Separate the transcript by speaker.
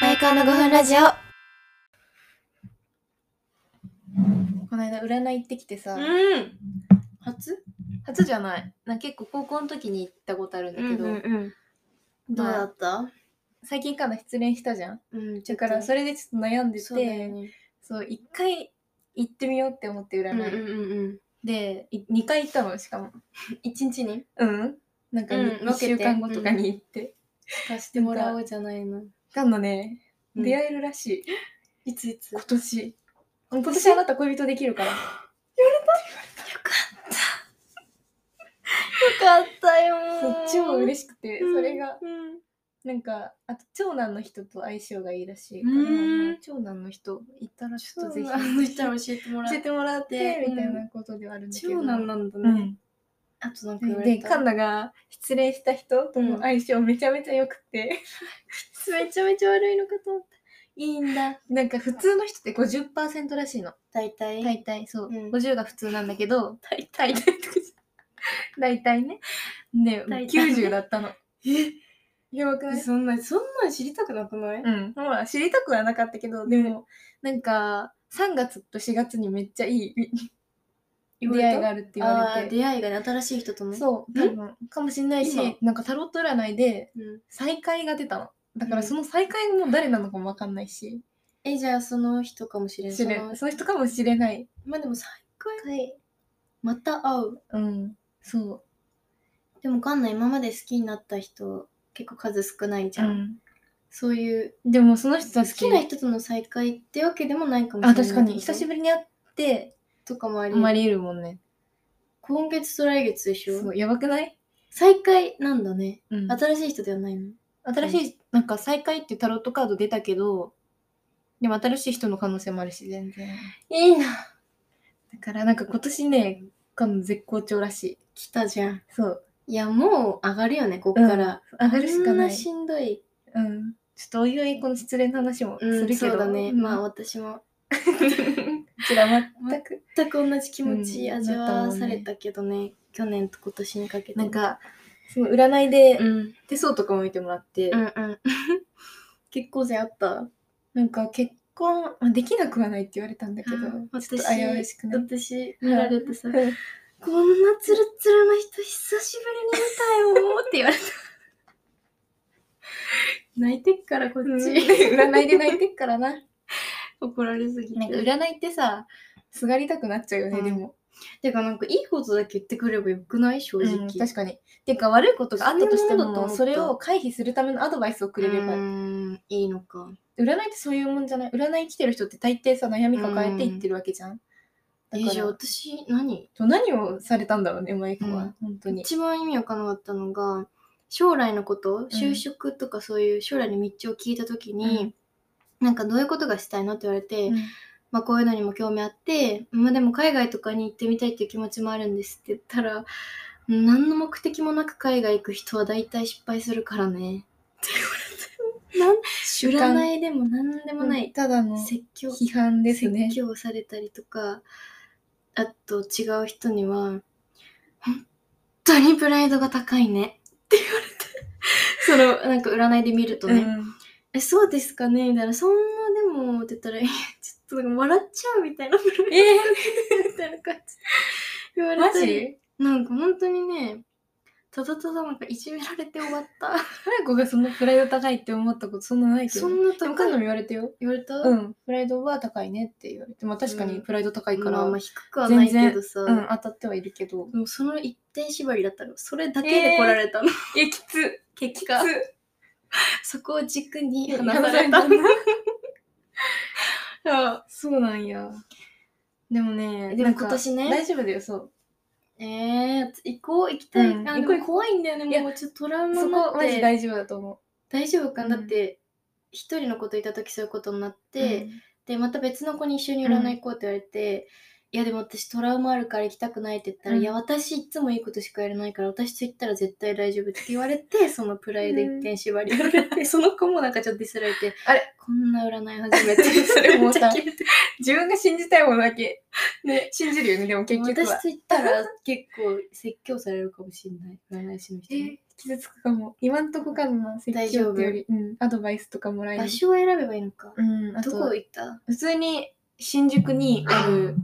Speaker 1: 間の5分ラジオ。
Speaker 2: この間占い行ってきてさ、
Speaker 1: ん。
Speaker 2: 初初じゃないなんか結構高校の時に行ったことあるんだけど、
Speaker 1: ん。どう
Speaker 2: ま
Speaker 1: だ
Speaker 2: あ、
Speaker 1: った
Speaker 2: 最近から失恋したじゃん
Speaker 1: うん。
Speaker 2: だからそれでちょっと悩んでて
Speaker 1: そうだよね。
Speaker 2: そう一回行ってみようって思って占い、
Speaker 1: んうん。
Speaker 2: でい二回行ったのしかも
Speaker 1: 一日に
Speaker 2: うんなんか
Speaker 1: うん
Speaker 2: に
Speaker 1: 分けて
Speaker 2: 一週間後とかに行って、
Speaker 1: 貸してもらおうじゃないの。
Speaker 2: がんのね、
Speaker 1: うん
Speaker 2: 出会えるらしい
Speaker 1: いついつ
Speaker 2: 今年今年あなた恋人できるから
Speaker 1: かったよ
Speaker 2: そう超嬉しくて、それが
Speaker 1: うん。
Speaker 2: なんかあと長男の人と相性がいいらしいうから、
Speaker 1: ーん
Speaker 2: 長男の人いたらちょっと
Speaker 1: ぜ
Speaker 2: ぜ
Speaker 1: ひ、
Speaker 2: ひ
Speaker 1: あの人ら教えてもら
Speaker 2: 教
Speaker 1: っ
Speaker 2: え
Speaker 1: て。
Speaker 2: てもらって
Speaker 1: うん
Speaker 2: みたいなことではあるんだけど、
Speaker 1: 長男なんだ
Speaker 2: う
Speaker 1: ね。
Speaker 2: ん
Speaker 1: あとなんか言わ
Speaker 2: で
Speaker 1: れ
Speaker 2: カン
Speaker 1: た。
Speaker 2: ナが失恋した人との相性めちゃめちゃ良くて、
Speaker 1: めちゃめちゃ悪いのかと思った。いいんだ。
Speaker 2: なんか普通の人って50%らしいの
Speaker 1: 大体。
Speaker 2: 大体そう、
Speaker 1: うん
Speaker 2: 50が普通なんだけど
Speaker 1: 大体。
Speaker 2: 大体ねで
Speaker 1: 大体
Speaker 2: 90だった の
Speaker 1: え
Speaker 2: やばくない
Speaker 1: そんな、そんなん知りたくなくない
Speaker 2: うんほら知りたくはなかったけどでも、なんか3月と4月にめっちゃいい
Speaker 1: 言わ
Speaker 2: 出
Speaker 1: れた
Speaker 2: 会いがあるって言わ
Speaker 1: あ
Speaker 2: れ
Speaker 1: ー
Speaker 2: て
Speaker 1: 出会いがね、新しい人との。う。
Speaker 2: そう多分かもしんない
Speaker 1: 今
Speaker 2: しなんかタロット占いで
Speaker 1: ん、
Speaker 2: 再会が出たのだか
Speaker 1: う
Speaker 2: ら
Speaker 1: ん
Speaker 2: その再会も誰なのかも分かんないし、
Speaker 1: え、じゃあその人かもしれない。
Speaker 2: 知れ
Speaker 1: その
Speaker 2: その人かもしれない
Speaker 1: まあでも再会。また会う。
Speaker 2: うんそう
Speaker 1: でもわかんない。今まで好きになった人、結構数少ないじ
Speaker 2: じゃ
Speaker 1: ゃ
Speaker 2: あ、
Speaker 1: ん。そういう、
Speaker 2: でもその人た
Speaker 1: 好
Speaker 2: ち
Speaker 1: きな人との再会ってわけでもないかもしれない
Speaker 2: あ
Speaker 1: ってこと。
Speaker 2: 確かに久しぶりに会って
Speaker 1: とかもあ
Speaker 2: あ
Speaker 1: り、
Speaker 2: んまりいるもんね
Speaker 1: 今月と来月でし
Speaker 2: そ
Speaker 1: ょ
Speaker 2: うやばくない、
Speaker 1: 再会なんだね。
Speaker 2: うん
Speaker 1: 新しい人ではないの。
Speaker 2: 新しいなんか再会ってタロットカード出たけどでも新しい人の可能性もあるし全然
Speaker 1: いいな。
Speaker 2: だからなんか今年ねかの絶好調らしい
Speaker 1: 来たじゃん。
Speaker 2: そう
Speaker 1: いや、もう上がるよね、こっから。
Speaker 2: 上がるし
Speaker 1: こ
Speaker 2: か
Speaker 1: ん
Speaker 2: な
Speaker 1: ないしんどい。
Speaker 2: うんちょっとおいおいこの失恋の話もす
Speaker 1: う
Speaker 2: る
Speaker 1: ん、
Speaker 2: けど、
Speaker 1: そうだね。まあ
Speaker 2: こ
Speaker 1: 私も
Speaker 2: ちら全 く
Speaker 1: 全く同じ気持ち
Speaker 2: うん
Speaker 1: 味
Speaker 2: だった
Speaker 1: わ
Speaker 2: も
Speaker 1: わ
Speaker 2: んね
Speaker 1: されたけどね,、去年と今年にかけて。
Speaker 2: なん、か、その占いで
Speaker 1: うん、うん
Speaker 2: 手相とかも見てもらって、
Speaker 1: うん。 結構勢あった
Speaker 2: なんか結婚まあできなくはないって言われたんだけど、
Speaker 1: うん
Speaker 2: ちょっと危うしくない。
Speaker 1: 私、振られてさ、
Speaker 2: うん
Speaker 1: こんなツルツルの人久しぶりに見たよーって言われ た。泣いてっから こっち。
Speaker 2: 占いで泣いてっからな。
Speaker 1: 怒られすぎて。
Speaker 2: なんか占いってさ、すがりたくなっちゃうよね、
Speaker 1: うん
Speaker 2: でも、
Speaker 1: てかなんかいいことだけ言ってくれればよくない正直、
Speaker 2: うん確かに。てか悪いことがあったとし
Speaker 1: そ
Speaker 2: て
Speaker 1: ういうものだと
Speaker 2: も、
Speaker 1: 思った
Speaker 2: それを回避するためのアドバイスをくれれば、
Speaker 1: うーんいいのか
Speaker 2: 占いってそういうもんじゃない占い来てる人って大抵さ、悩み抱えていってるわけじゃん。
Speaker 1: え
Speaker 2: だ
Speaker 1: ーじゃあ
Speaker 2: から、
Speaker 1: 私何
Speaker 2: 何をされたんだろうね、マイク
Speaker 1: う
Speaker 2: は。
Speaker 1: ん
Speaker 2: 本当に。
Speaker 1: 一番意味わかんなかったのが将来のこと就職とかそういう将来の道を聞いた時に、なんかどういうことがしたいのって言われて、
Speaker 2: うん
Speaker 1: まあこういうのにも興味あって、まあ、でも海外とかに行ってみたいっていう気持ちもあるんですって言ったら何の目的もなく海外行く人は大体失敗するからねって言われて
Speaker 2: 主観
Speaker 1: 占いでも何でもない、
Speaker 2: うんただの
Speaker 1: 説教
Speaker 2: 批判ですね
Speaker 1: 説。教されたりとかあと違う人には「本当にプライドが高いね」って言われてそのなんか占いで見るとね「えそうですかね」みたいな「そんなでも」って言ったら「いやちょっと笑っちゃう」みたいな「プライ
Speaker 2: え
Speaker 1: ド みたいな感じで言わ
Speaker 2: ー、
Speaker 1: れ
Speaker 2: マ
Speaker 1: たり
Speaker 2: ジ
Speaker 1: なんか本当にねただただなんかいじめられて終わった
Speaker 2: 花子がそんなプライド高いって思ったことそんなないけど。
Speaker 1: そんな
Speaker 2: で
Speaker 1: 高
Speaker 2: も
Speaker 1: い
Speaker 2: 彼女も言われてよ。
Speaker 1: 言われた、
Speaker 2: うん、プライドは高いねって言われて、まあ確かにプライド高いから、
Speaker 1: まあ
Speaker 2: うん
Speaker 1: まあ低くはないけどさ、
Speaker 2: 当たってはいるけど。
Speaker 1: でもその一点縛りだったのそれだけで来られたの、
Speaker 2: え、きつ
Speaker 1: 結果 そこを軸に話さ
Speaker 2: 話さ
Speaker 1: れ
Speaker 2: れ
Speaker 1: た
Speaker 2: た
Speaker 1: の
Speaker 2: そうなんや。でもね、
Speaker 1: でも
Speaker 2: なんか
Speaker 1: 今年ね
Speaker 2: 大丈夫だよ、そう。
Speaker 1: えー、行こう行きたい、
Speaker 2: うん
Speaker 1: あ
Speaker 2: 行
Speaker 1: で
Speaker 2: こう
Speaker 1: も怖いんだよ
Speaker 2: い
Speaker 1: ね
Speaker 2: や
Speaker 1: もうちょっとトラウマ
Speaker 2: そ
Speaker 1: にな
Speaker 2: こ、
Speaker 1: っ
Speaker 2: マジ
Speaker 1: て
Speaker 2: 大丈夫だと思
Speaker 1: 大丈夫かな、
Speaker 2: うん
Speaker 1: だって一人の子といた時そういうことになっ
Speaker 2: う。
Speaker 1: て、でまた別の子に一緒に占い行こうって言われて、いやでも私トラウマあるから行きたくないって言ったら、
Speaker 2: うん
Speaker 1: いや私いつもいいことしかやらないから私と行ったら絶対大丈夫って言われ てそのプライド一点縛りやられて、その子もなんかちょっとディスられて
Speaker 2: あれ
Speaker 1: こんな占い 初めて
Speaker 2: それもさ
Speaker 1: めっちゃキレて
Speaker 2: 自分が信じたいものだけ、ね、 信じるよね、でも結局は
Speaker 1: 私。と言ったら結構説教されるかもしれない占い師の人に
Speaker 2: え、傷つくかも。今んとこからの説教ってより、うん、アドバイスとかもらえる
Speaker 1: 場。所を選べばいいのか。
Speaker 2: うん、あ
Speaker 1: ど
Speaker 2: と
Speaker 1: こ行った
Speaker 2: 普通に新宿にある